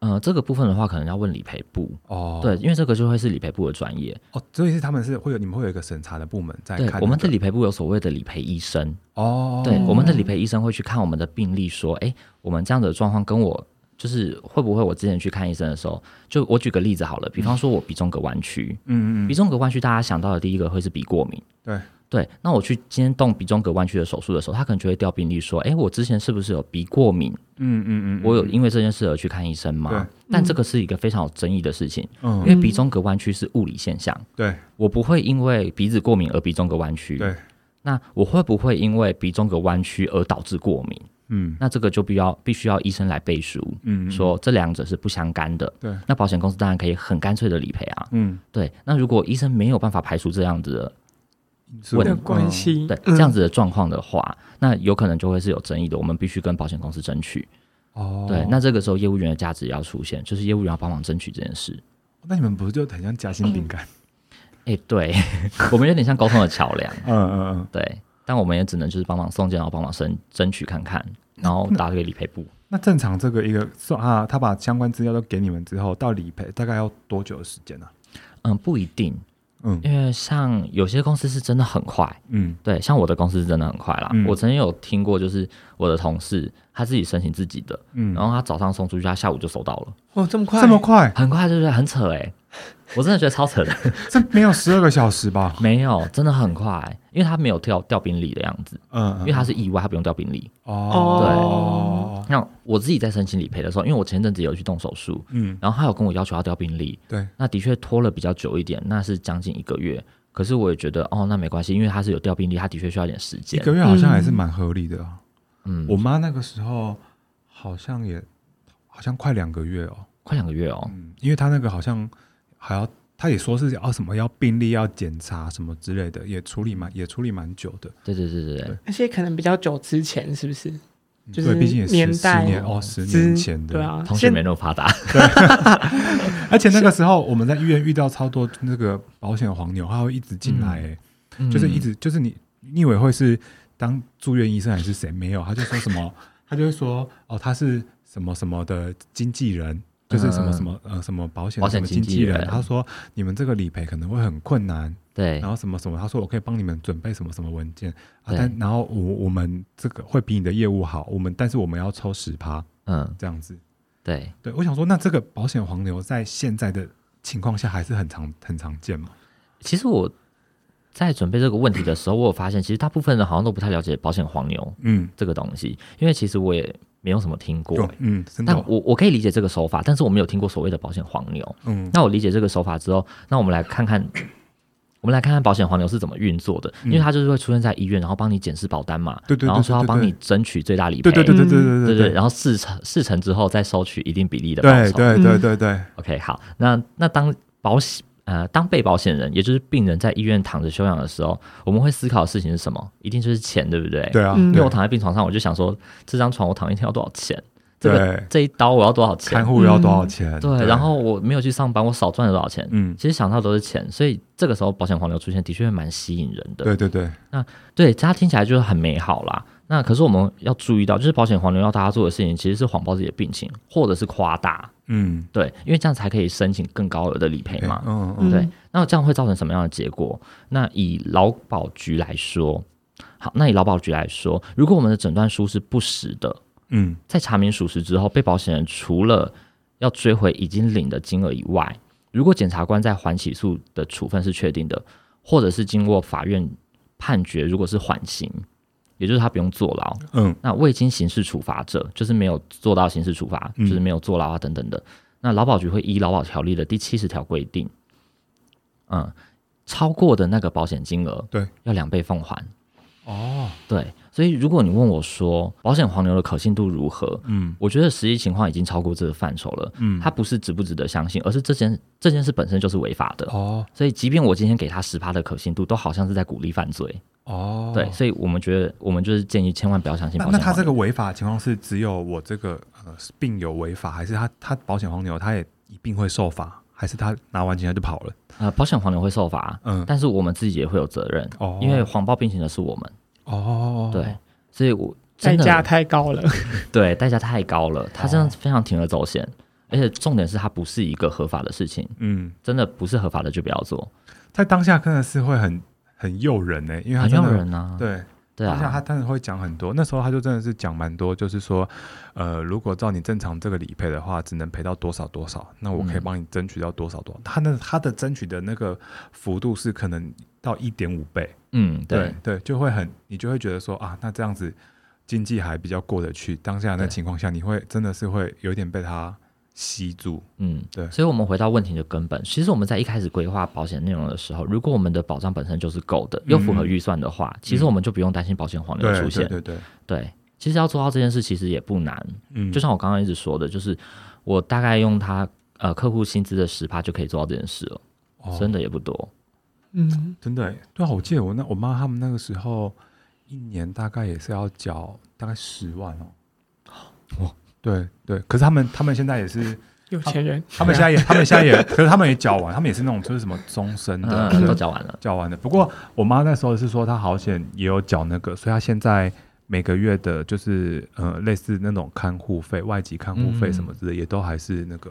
呃，这个部分的话，可能要问理赔部。哦对，，因为这个就会是理赔部的专业。哦，所以是他们是会有你们会有一个审查的部门在看对那个、，我们的理赔部有所谓的理赔医生，哦，对，我们的理赔医生会去看我们的病例，说，诶，我们这样的状况跟我就是会不会我之前去看医生的时候，就我举个例子好了，比方说我鼻中隔弯曲，嗯嗯鼻嗯，中隔弯曲大家想到的第一个会是鼻过敏，对，对，那我去今天动鼻中隔弯曲的手术的时候，他可能就会调病例说，诶，我之前是不是有鼻过敏？嗯嗯嗯，我有因为这件事而去看医生吗对？但这个是一个非常有争议的事情，因嗯为鼻中隔弯曲是物理现象。对我不会因为鼻子过敏而鼻中隔弯曲。对，那我会不会因为鼻中隔弯曲而导致过敏？嗯那这个就必要必须要医生来背书，嗯说这两者是不相干的。对那保险公司当然可以很干脆的理赔啊。嗯，对，那如果医生没有办法排除这样子的是的关系，对、嗯这样子的状况的话，那有可能就会是有争议的，我们必须跟保险公司争取。哦，对，那这个时候业务员的价值也要出现，就是业务员要帮忙争取这件事。那你们不是就很像夹心饼干？哎，对 我们有点像沟通的桥梁。嗯嗯嗯，对，但我们也只能就是帮忙送件，然后帮忙争争取看看，然后打给理赔部。那正常这个一个送啊，他把相关资料都给你们之后，到理赔大概要多久的时间呢、 嗯，不一定，嗯因为像有些公司是真的很快，嗯对，像我的公司是真的很快啦。嗯我曾经有听过，就是我的同事他自己申请自己的，嗯，然后他早上送出去，他下午就收到了，哦，这么快，这么快，很快，对不对？很扯 哎、我真的觉得超扯的，这没有十二个小时吧？没有，真的很快、因为他没有调调兵力的样子，嗯，因为他是意外，他不用调兵力。哦，那我自己在申请理赔的时候，因为我前阵子有去动手术，对，嗯然后他有跟我要求要调兵力，对，那的确拖了比较久一点，那是将近一个月。可是我也觉得哦，那没关系，因为他是有调病例，他的确需要一点时一间。个月好像还是蛮合理的、啊。嗯，我妈那个时候好像也好像快两个月哦，快两个月哦。嗯，因为她那个好像还要，她也说是要什么要病历要检查什么之类的，也处理蛮也处理蛮久的，对对对对对对，而且可能比较久之前，是不是？就是对，毕竟也是年代十年哦，十之年前的，对啊，通讯现没那么发达。而且那个时候我们在医院遇到超多那个保险黄牛，他会一直进来、欸 就是一嗯直就是你你以为会是当住院医生还是谁？没有，他就说什 么，他就会说哦，他是什么什么的经纪人。就是什么什么呃什么保险嗯保险什么经经纪人人，他说你们这个理赔可能会很困难，嗯对然后什么什么，他说我可以帮你们准备什么什么文件啊，对但然后我我们这个会比你的业务好，我们但是我们要抽十趴嗯这样子，对，对，我想说，那这个保险黄牛在现在的情况下还是很常很常见嘛？其实我在准备这个问题的时候，我有发现，其实大部分人好像都不太了解保险黄牛嗯，这个东西，因为其实我也没有什么听过有。，嗯，真的但哦，我我可以理解这个手法，但是我没有听过所谓的保险黄牛。嗯，那我理解这个手法之后，那我们来看看， 我们来看看保险黄牛是怎么运作的，因为它就是会出现在医院，然后帮你检视保单嘛，嗯对对对然后说要对对帮你争取最大理赔，对对对对对对对对然后事成事成之后再收取一定比例的报对酬。对对对对， OK，好，那那当保险呃，当被保险人，也就是病人在医院躺着休养的时候，我们会思考的事情是什么？一定就是钱，对不对？对啊，嗯因为我对躺在病床上，我就想说，这张床我躺一天要多少钱？这个对，这一刀我要多少看钱？护要多少钱？对，然后我没有去上班，我少赚了多少钱？嗯，其实想到都是钱，所以这个时候保险黄牛出现的确蛮吸引人的。对对对，对，它听起来就是很美好啦。那可是我们要注意到，就是保险黄牛要大家做的事情，其实是谎报自己的病情，或者是夸大，嗯，对，因为这样才可以申请更高额的理赔对嘛。嗯嗯嗯哦对，那这样会造成什么样的结果？那以劳保局来说，好，那以劳保局来说，如果我们的诊断书是不实的，嗯，在查明属实之后，被保险人除了要追回已经领的金额以外，如果检察官在缓起诉的处分是确定的，或者是经过法院判决，如果是缓刑，也就是他不用坐牢，嗯，那未经刑事处罚者，就是没有做到刑事处罚，嗯就是没有坐牢啊等等的，那劳保局会依劳保条例的第七十条规定，嗯，超过的那个保险金额，对，要两倍奉还。哦，对，所以如果你问我说保险黄牛的可信度如何，嗯我觉得实际情况已经超过这个范畴了。嗯，它不是值不值得相信，而是这件这件事本身就是违法的。哦所以，即便我今天给他十趴的可信度，都好像是在鼓励犯罪。哦，对，所以我们觉得，我们就是建议千万不要相信那保那险他黄牛这个违法情况是只有我这个呃病友违法，还是他他保险黄牛他也一定会受罚，还是他拿完钱他就跑了？呃，保险黄牛会受罚，嗯，但是我们自己也会有责任，哦，因为谎报病情的是我们。哦，对，所以我代真价的太高了。对代价太高了，他真哦的非常铤而走险，而且重点是它不是一个合法的事情，嗯，真的不是合法的就不要做，在当下真的是会很很诱人欸呢、因为他很真诱的人啊。对，对当下他啊，真的会讲很多。那时候他就真的是讲蛮多，就是说，呃，如果照你正常这个理赔的话，只能赔到多少多少，那我可以嗯帮你争取到多少多少。他那他的争取的那个幅度是可能到一点五倍，嗯，对对。对，就会很你就会觉得说啊，那这样子经济还比较过得去。当下那对情况下，你会真的是会有点被他吸住。嗯，对所以我们回到问题的根本，其实我们在一开始规划保险内容的时候，如果我们的保障本身就是够嗯的，又符合预算的话，其实我们就不用担心保险黄牛对出现。嗯对对对，对其实要做到这件事其实也不难，嗯，就像我刚刚一直说的，就是我大概用他呃客户薪资的十趴就可以做到这件事了，哦真的也不多。嗯，真的欸，对啊，我记得我那我妈他们那个时候，一年大概也是要缴大概十万哦。哇，对对，可是他们他们现在也 是，有钱人，他们现在也他们现在也，可是他们也缴完，他们也是那种就是什么终身的，嗯，对都讲完了。 缴完的。不过我妈那时候是说她好险也有缴那个，所以她现在每个月的就是呃类似那种看护费、外籍看护费什么之类，也都还是那个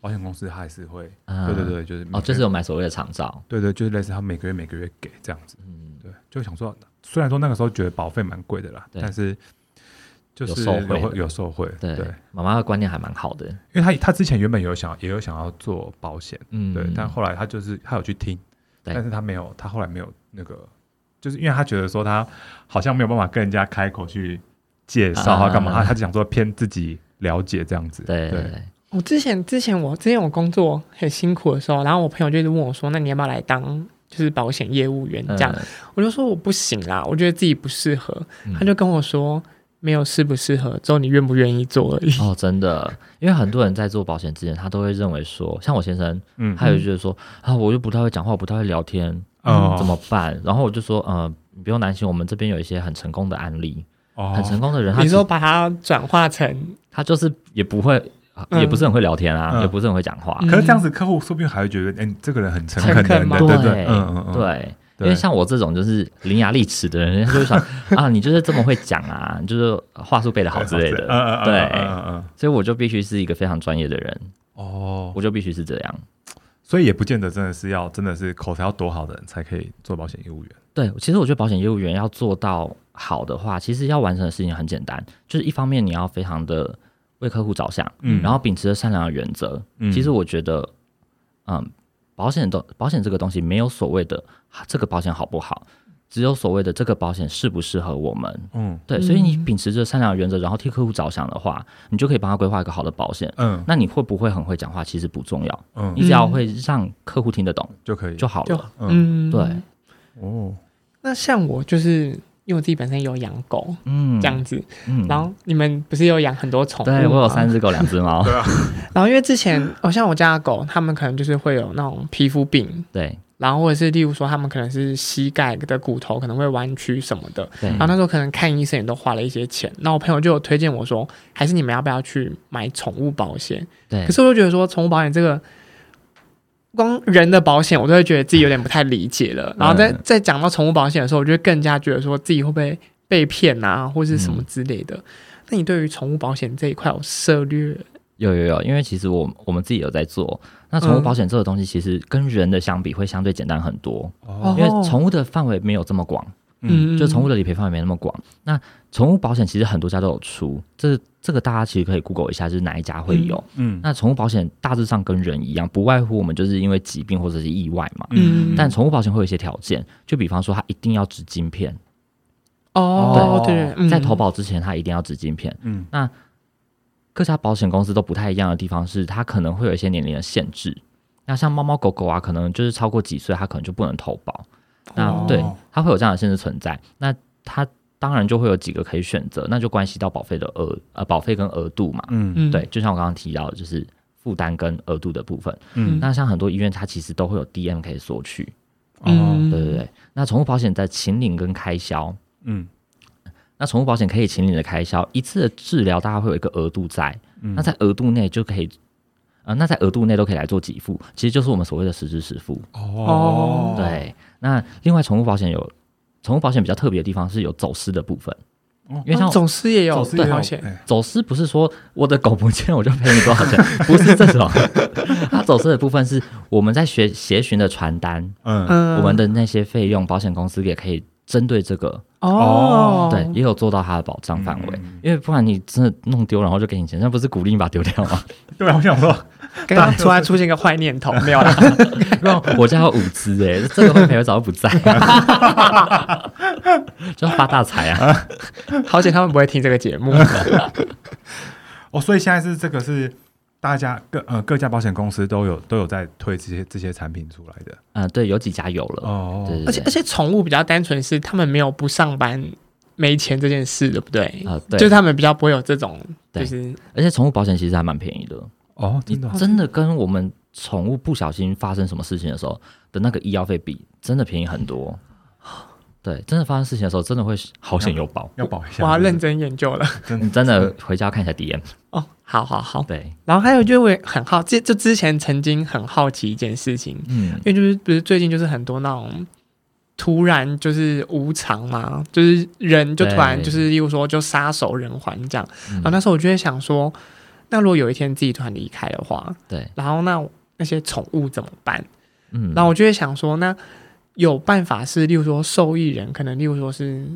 保险公司她还是会，嗯对对对，就是每哦，就个是有买所谓的长照，对对，就是类似他每个月每个月给这样子。嗯，对，就想说，虽然说那个时候觉得保费蛮贵的啦，对但是就是有受惠有有受惠，对对，，妈妈的观念还蛮好的，因为他他之前原本有想也有想要做保险，嗯，对，但后来他就是他有去听，对但是他没有，他后来没有那个，就是因为他觉得说他好像没有办法跟人家开口去介绍啊啊干嘛，他他就想说偏自己了解这样子，对对对，对，我之前之前我之前我工作很辛苦的时候，然后我朋友就一直问我说：“那你要不要来当就是保险业务员嗯这样？”我就说我不行啦，我觉得自己不适合。嗯他就跟我说没有适不适合，只有你愿不愿意做而已。哦，真的，因为很多人在做保险之前，他都会认为说，像我先生，嗯他有觉得说啊，我又不太会讲话，我不太会聊天，哦嗯怎么办？然后我就说，嗯、你不用担心，我们这边有一些很成功的案例，很成哦，功的人，他你其说把它转化成他就是也不会，啊也不是很会聊天啊，嗯也不是很会讲话，嗯可是这样子客户说不定还会觉得，哎，你这个人很诚恳诚恳的，吗对对对对，嗯嗯嗯，对。因对为像我这种就是伶牙俐齿的人，人家就 会想啊，你就是这么会讲啊，你就是话术背得好之类嗯嗯的嗯，对嗯嗯嗯，所以我就必须是一个非常专业的人，哦，我就必须是这样。所以也不见得真的是要真的是口才要多好的人才可以做保险业务员。对，其实我觉得保险业务员要做到好的话，其实要完成的事情很简单，就是一方面你要非常的为客户着想，嗯然后秉持着善良的原则。嗯其实我觉得，嗯，保险的保险这个东西没有所谓的啊这个保险好不好，只有所谓的这个保险适不适合我们。嗯对，所以你嗯秉持着善良的原则，然后替客户着想的话，你就可以帮他规划一个好的保险。嗯那你会不会很会讲话，其实不重要，嗯你只要嗯会让客户听得懂就可以就好就了。嗯嗯对。哦那像我就是。因为我自己本身有养狗嗯这样子，嗯然后你们不是有养很多宠物对我有吗啊三只狗，两只 猫，然后因为之前，哦，像我家的狗，它们可能就是会有那种皮肤病，对然后或者是例如说，它们可能是膝盖的骨头可能会弯曲什么的。对然后那时候可能看医生也都花了一些钱。那我朋友就有推荐我说，还是你们要不要去买宠物保险？对可，是我就觉得说，宠物保险这个。光人的保险，我都会觉得自己有点不太理解了。然后在嗯在讲到宠物保险的时候，我就会更加觉得说自己会不会被骗啊，或是嗯什么之类的。那你对于宠物保险这一块有涉略？有有有，因为其实我我们自己有在做。那宠物嗯保险这个东西，其实跟人的相比会相对简单很多，哦因为宠物的范围没有这么广，嗯嗯，就宠物的理赔范围没那么广。那宠物保险其实很多家都有出，这这个大家其实可以 Google 一下，就是哪一家会有。嗯那宠物保险大致上跟人一样，不外乎我们就是因为疾病或者是意外嘛。嗯但宠物保险会有一些条件，就比方说它一定要植晶片，哦，对对，嗯在投保之前它一定要植晶片。嗯各家保险公司都不太一样的地方是，它可能会有一些年龄的限制。那像猫猫狗狗啊，可能就是超过几岁，它可能就不能投保。嗯那、哦对，它会有这样的限制存在。那它当然就会有几个可以选择，那就关系到保费的额呃保费跟额度嘛。嗯嗯对，，就像我刚刚提到的，就是负担跟额度的部分。嗯那像很多医院，它其实都会有 DM 可以索取。哦嗯，对对对。那宠物保险在请领跟开销，嗯那宠物保险可以请领的开销，一次的治疗大概会有一个额度在，嗯那在额度内就可以，呃，那在额度内都可以来做给付，其实就是我们所谓的实支实付。哦对，那另外宠物保险有宠物保险比较特别的地方是有走失的部分，哦因为像啊。总师也有走私也有保险，哎走失不是说我的狗不见我就赔你多少钱，不是这种。 它走失的部分是我们在学协询的传单，嗯嗯，我们的那些费用，保险公司也可以针对这个哦，对，也有做到它的保障范围。嗯因为不然你真的弄丢，然后就给你钱，那不是鼓励你把它丢掉吗？对啊，我想说，刚刚突然出现一个坏念头，没有 啦，让我家有五只哎、这个会赔我早就不在， 就要发大财啊！好险他们不会听这个节目，哦，所以现在是这个是大家各呃各家保险公司都有都有在推这些这些产品出来的嗯、对，有几家有了，哦对对对，而且而且宠物比较单纯，是他们没有不上班没钱这件事，对不对？啊、就对，他们比较不会有这种，对就是而且宠物保险其实还蛮便宜的，哦，你真的哦真的跟我们宠物不小心发生什么事情的时候的那个医药费比，真的便宜很多。对，真的发生事情的时候，真的会好险有保，要保一下，我要认真研究了。真你真的回家看一下 DM。哦，好好好。对，然后还有就是我也很好，这就之前曾经很好奇一件事情，嗯因为就是不是最近就是很多那种突然就是无常嘛，就是人就突然对就是例如说就杀手人寰这样。嗯然后那时候我就会想说，那如果有一天自己突然离开的话，对，然后那那些宠物怎么办？嗯，然后我就会想说，那有办法是例如说受益人，可能例如说是。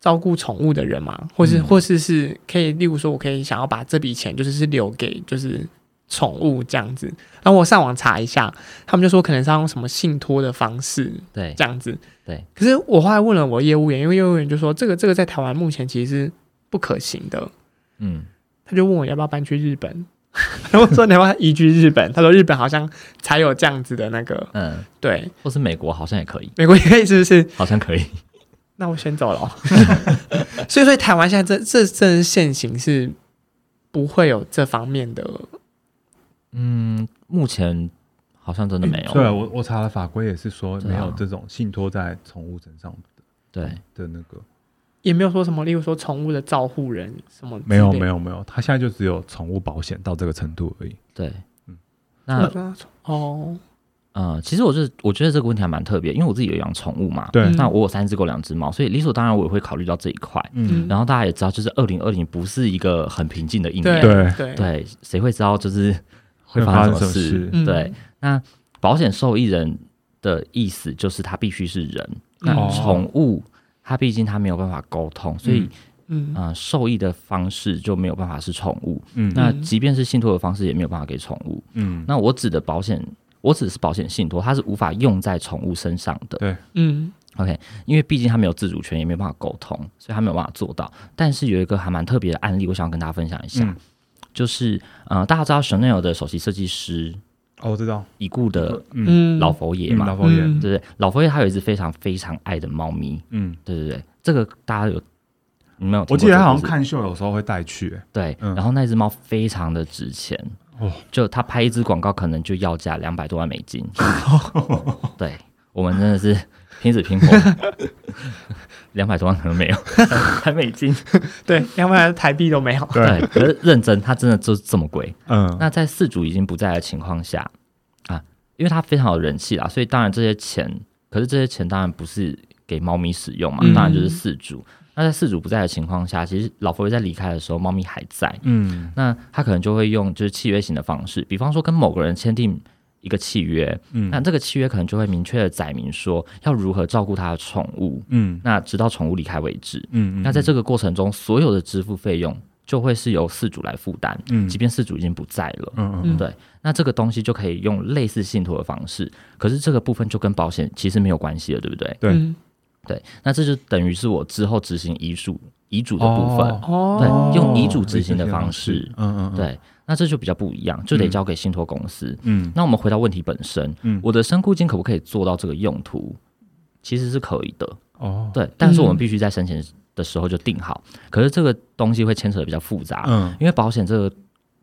照顾宠物的人嘛，或是、嗯或是是可以，例如说，我可以想要把这笔钱就是是留给就是宠物这样子。然后我上网查一下，他们就说可能是要用什么信托的方式，对这样子。对。可是我后来问了我业务员，因为业务员就说这个这个在台湾目前其实是不可行的，嗯他就问我要不要搬去日本。 然后我说你要不要移居日本？他说日本好像才有这样子的那个，嗯，对，或是美国好像也可以，美国也可以是不是？好像可以。那我先 走了哦、所以所以台湾现在这这这现行是不会有这方面的， 嗯，目前好像真的没有。嗯对啊我我查了法规也是说对没啊有这种信托在宠物身上对的那个，也没有说什么，例如说宠物的照护人什么之类的，没有没有没有，它现在就只有宠物保险到这个程度而已。对嗯我那说他宠。哦，呃，其实我就是我觉得这个问题还蛮特别，因为我自己有养宠物嘛，对，嗯那我有三只狗，两只猫，所以理所当然我也会考虑到这一块。嗯然后大家也知道，就是二零二零不是一个很平静的一对年，对对对，谁会知道就是会发生什么事？嗯对，那保险受益人的意思就是他必须是人，那嗯宠物它毕竟它没有办法沟通，所以嗯啊、呃受益的方式就没有办法是宠物。嗯那嗯即便是信托的方式，也没有办法给宠物。嗯，那我指的保险，我指的是保险信托，它是无法用在宠物身上的。嗯 OK，因为毕竟它没有自主权，也没有办法沟通，所以它没有办法做到。但是有一个还蛮特别的案例，我想要跟大家分享一下，嗯就是呃，大家知道 Chanel 的首席设计师哦，我知道，已故的嗯，嗯，老佛爷嗯嘛，老佛爷，嗯对不对？老佛爷他有一只非常非常爱的猫咪，嗯对对对。这个大家有你没有听过我这记个故事？得他好像看秀有时候会带去、欸对，嗯然后那只猫非常的值钱，哦就他拍一支广告可能就要价两百多万美金，对我们真的是拼死拼活， 两百多万可能没有， 才美金，对，要不然台币 都没有。对，可是认真，它真的就是这么贵。嗯，那在饲主已经不在的情况下啊，因为它非常有人气啦，所以当然这些钱，可是这些钱当然不是给猫咪使用嘛嗯，当然就是饲主。那在饲主不在的情况下，其实老佛爷在离开的时候，猫咪还在，嗯那他可能就会用就是契约型的方式，比方说跟某个人签订一个契约，嗯那这个契约可能就会明确的载明说要如何照顾他的宠物，嗯那直到宠物离开为止。嗯那在这个过程中，所有的支付费用就会是由饲主来负担，嗯即便饲主已经不在了。嗯嗯对，那这个东西就可以用类似信托的方式，可是这个部分就跟保险其实没有关系了，对不对？对嗯对，那这就等于是我之后执行遗嘱遗嘱的部分，哦哦，对用遗嘱执行的方式嗯嗯，对，那这就比较不一样，就得交给信托公司。嗯那我们回到问题本身，嗯我的身故金可不可以做到这个用途？其实是可以的，哦，对，但是我们嗯必须在申请的时候就定好。可是这个东西会牵扯的比较复杂，嗯因为保险这个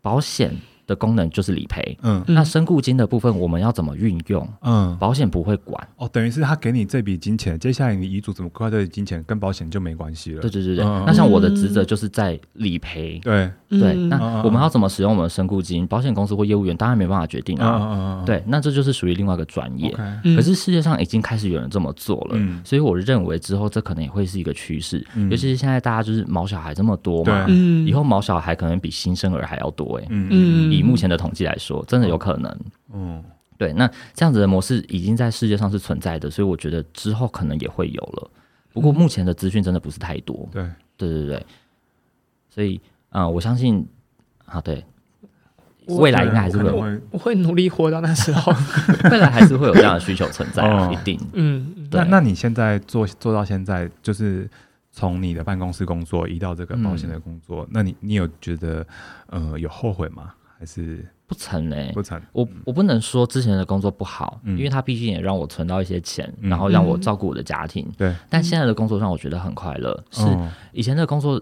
保险的功能就是理赔，嗯嗯那身故金的部分我们要怎么运用？嗯，保险不会管，哦，等于是他给你这笔金钱，接下来你遗嘱怎么规划这笔金钱跟保险就没关系了。对对对对。嗯那像我的职责就是在理赔，对，对，嗯那我们要怎么使用我们的身故金？保险公司或业务员当然没办法决定嗯啊。嗯嗯，对，那这就是属于另外一个专业。 ，OK，嗯可是世界上已经开始有人这么做了，嗯所以我认为之后这可能也会是一个趋势，嗯尤其是现在大家就是毛小孩这么多嘛，对嗯以后毛小孩可能比新生儿还要多哎、嗯以目前的统计来说，真的有可能。嗯对，那这样子的模式已经在世界上是存在的，所以我觉得之后可能也会有了。不嗯过目前的资讯真的不是太多，对，对对对，所以啊、呃我相信啊，对，我未来应该还是我会有，会我会努力活到那时 候。未来还是会有这样的需求存在啊，哦一定。嗯，对那那你现在做做到现在，就是从你的办公室工作移到这个保险的工嗯作，那你你有觉得呃有后悔吗？还是不成欸嘞、不惨？我嗯我不能说之前的工作不好，嗯因为它毕竟也让我存到一些钱，嗯然后让我照顾我的家庭。对，但现在的工作让我觉得很快乐，是嗯哦以前的工作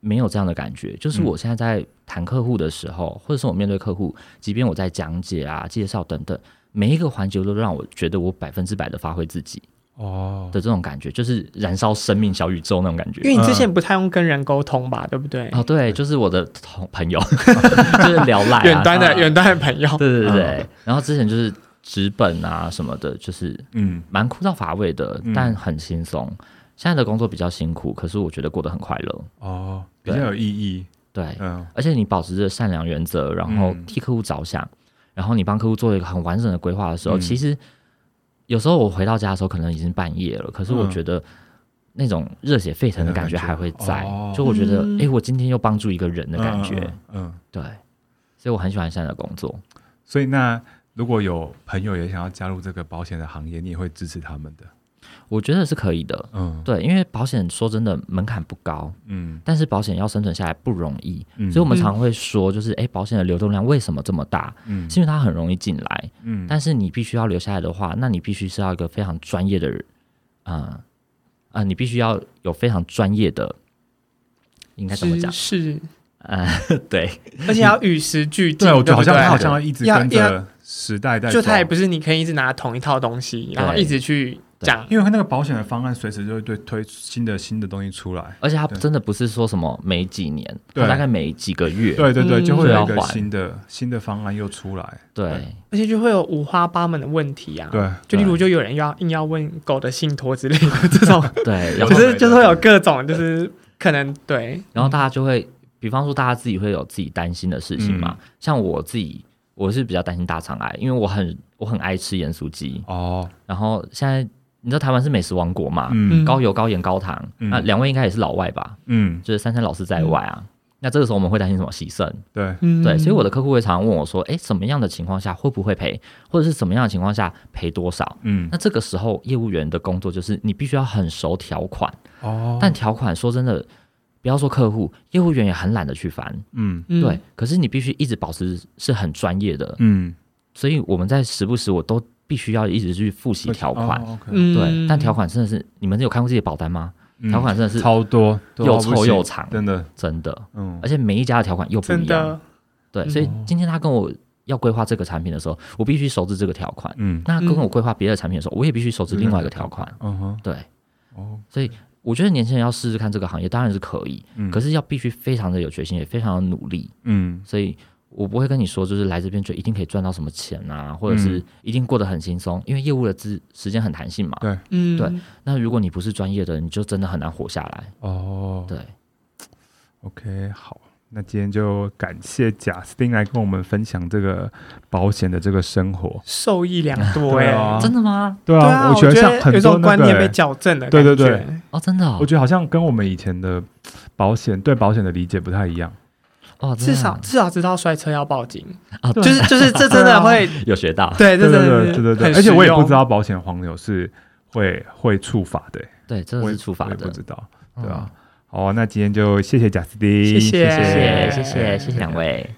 没有这样的感觉。就是我现在在谈客户的时候，或者是我面对客户，即便我在讲解啊、介绍等等，每一个环节都让我觉得我百分之百的发挥自己哦，的这种感觉，就是燃烧生命小宇宙那种感觉。因为你之前不太用跟人沟通吧，对不对？嗯哦，对，就是我的同朋 友，就是聊赖、啊，远哎端的啊远端的嗯朋友，对对对对，然后之前就是纸本啊什么的，就是嗯蛮枯燥乏味的嗯，但很轻松。现在的工作比较辛苦，可是我觉得过得很快乐。哦，比较有意义，对，嗯而且你保持着善良原则，然后嗯替客户着想，然后你帮客户做一个很完整的规划的时候，嗯其实有时候我回到家的时候可能已经半夜了，可是我嗯觉得。那种热血沸腾的感觉那种还感觉会在，哦就我觉得，嗯哎、我今天又帮助一个人的感觉，嗯嗯对，所以我很喜欢现在的工作。所以那如果有朋友也想要加入这个保险的行业，你也会支持他们的。我觉得是可以的，嗯，对，因为保险说真的门槛不高，嗯但是保险要生存下来不容易，嗯所以我们常会说，就是诶，保险的流动量为什么这么大？嗯是因为它很容易进来，嗯但是你必须要留下来的话，那你必须是要一个非常专业的人，啊、啊、你必须要有非常专业的，应该怎么知讲？识，呃， 对，而且要与时俱进。对，啊我觉得对不好像对他好像要一直要跟要着时代在走，就他也不是你可以一直拿同一套东西，然后一直去讲。因为他那个保险的方案随时就会对推新的新的东西出来，而且它对真的不是说什么每几年，它对大概每几个月，对对对，嗯就会有一就个要换新的新的方案又出来，对而且就会有五花八门的问题啊。对，就例如就有人要硬要问狗的信托之类 的这种，对，然就后是就是会有各种就是可能对，然后大家就会，比方说大家自己会有自己担心的事情嘛。像我自己，我是比较担心大肠癌，因为我很我很爱吃盐酥鸡。哦，然后现在你知道台湾是美食王国嘛，嗯高油、高盐、高糖。嗯那两位应该也是老外吧？嗯，就是三三老师在外啊。那这个时候我们会担心什么牺牲？对，嗯，对，所以我的客户会常常问我说：“诶，什么样的情况下会不会赔，或者是什么样的情况下赔多少？”嗯那这个时候业务员的工作就是你必须要很熟条款，哦，但条款说真的，不要说客户，业务员也很懒得去翻。嗯嗯对，，可是你必须一直保持是很专业的，嗯，所以我们在时不时我都必须要一直去复习条款。哦，OK，嗯对，但条款真的是你们有看过自己的保单吗？嗯条款真的是超多，多到又臭不行又长真的，真的，嗯而，且每一家的条款又不真一样。的，对，嗯所以今天他跟我要规划这个产品的时候，我必须熟知这个条款。嗯那跟我规划别的产品的时候，我也必须熟知另外一个条款。嗯哼，对，哦，我觉得年轻人要试试看这个行业，当然是可以，嗯可是要必须非常的有决心，也非常的努力。嗯所以我不会跟你说，就是来这边就一定可以赚到什么钱啊，或者嗯是一定过得很轻松，因为业务的资时间很弹性嘛。对嗯，对那如果你不是专业的，你就真的很难活下来。哦对， ，OK，好。那今天就感谢贾斯汀来跟我们分享这个保险的这个生活。受益良多对哎、啊真的吗？对对啊，啊，觉觉得像很有一多种那观个念欸被矫正的对感对觉，对哦，真的哦、我觉得好像跟我们以前的保险对保险的理解不太一样。哦，真嗯至的少至少知道摔车要报警，啊，就就是就是这真的会，有学到。对，对这真的对对是对对，很而且我也实用不知道保险黄牛是会会触发的、欸对，这我个也是处罚我也不的。知道，对啊。好，那今天就谢谢贾斯汀，谢谢谢谢谢谢谢谢谢两位。